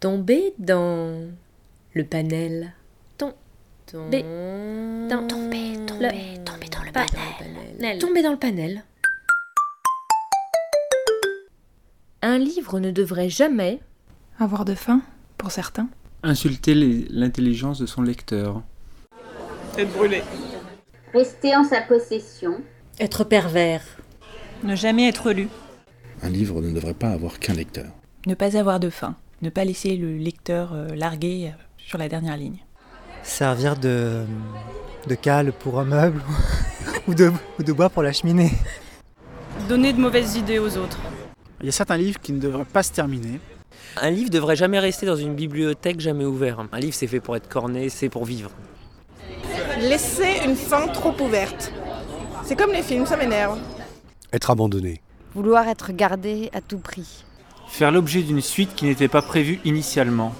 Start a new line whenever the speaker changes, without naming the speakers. tomber dans le panel. Tom-
Tomber.
dans-
Tomber, tomber, tomber dans le
Pas
panel. Nel.
Tomber dans le panel. Un livre ne devrait jamais
Avoir de faim, pour certains.
Insulter les- l'intelligence de son lecteur.
Être brûlé.
Rester en sa possession.
être pervers.
Ne jamais être lu.
Un livre ne devrait pas avoir qu'un lecteur.
Ne pas avoir de faim. Ne pas laisser le lecteur euh, larguer euh, sur la dernière ligne.
Servir de, de cale pour un meuble ou de, ou de bois pour la cheminée.
Donner de mauvaises idées aux autres.
Il y a certains livres qui ne devraient pas se terminer.
Un livre devrait jamais rester dans une bibliothèque jamais ouverte. Un livre c'est fait pour être corné, c'est pour vivre.
Laisser une fin trop ouverte. C'est comme les films, ça m'énerve.
Être abandonné.
Vouloir être gardé à tout prix.
Faire l'objet d'une suite qui n'était pas prévue initialement.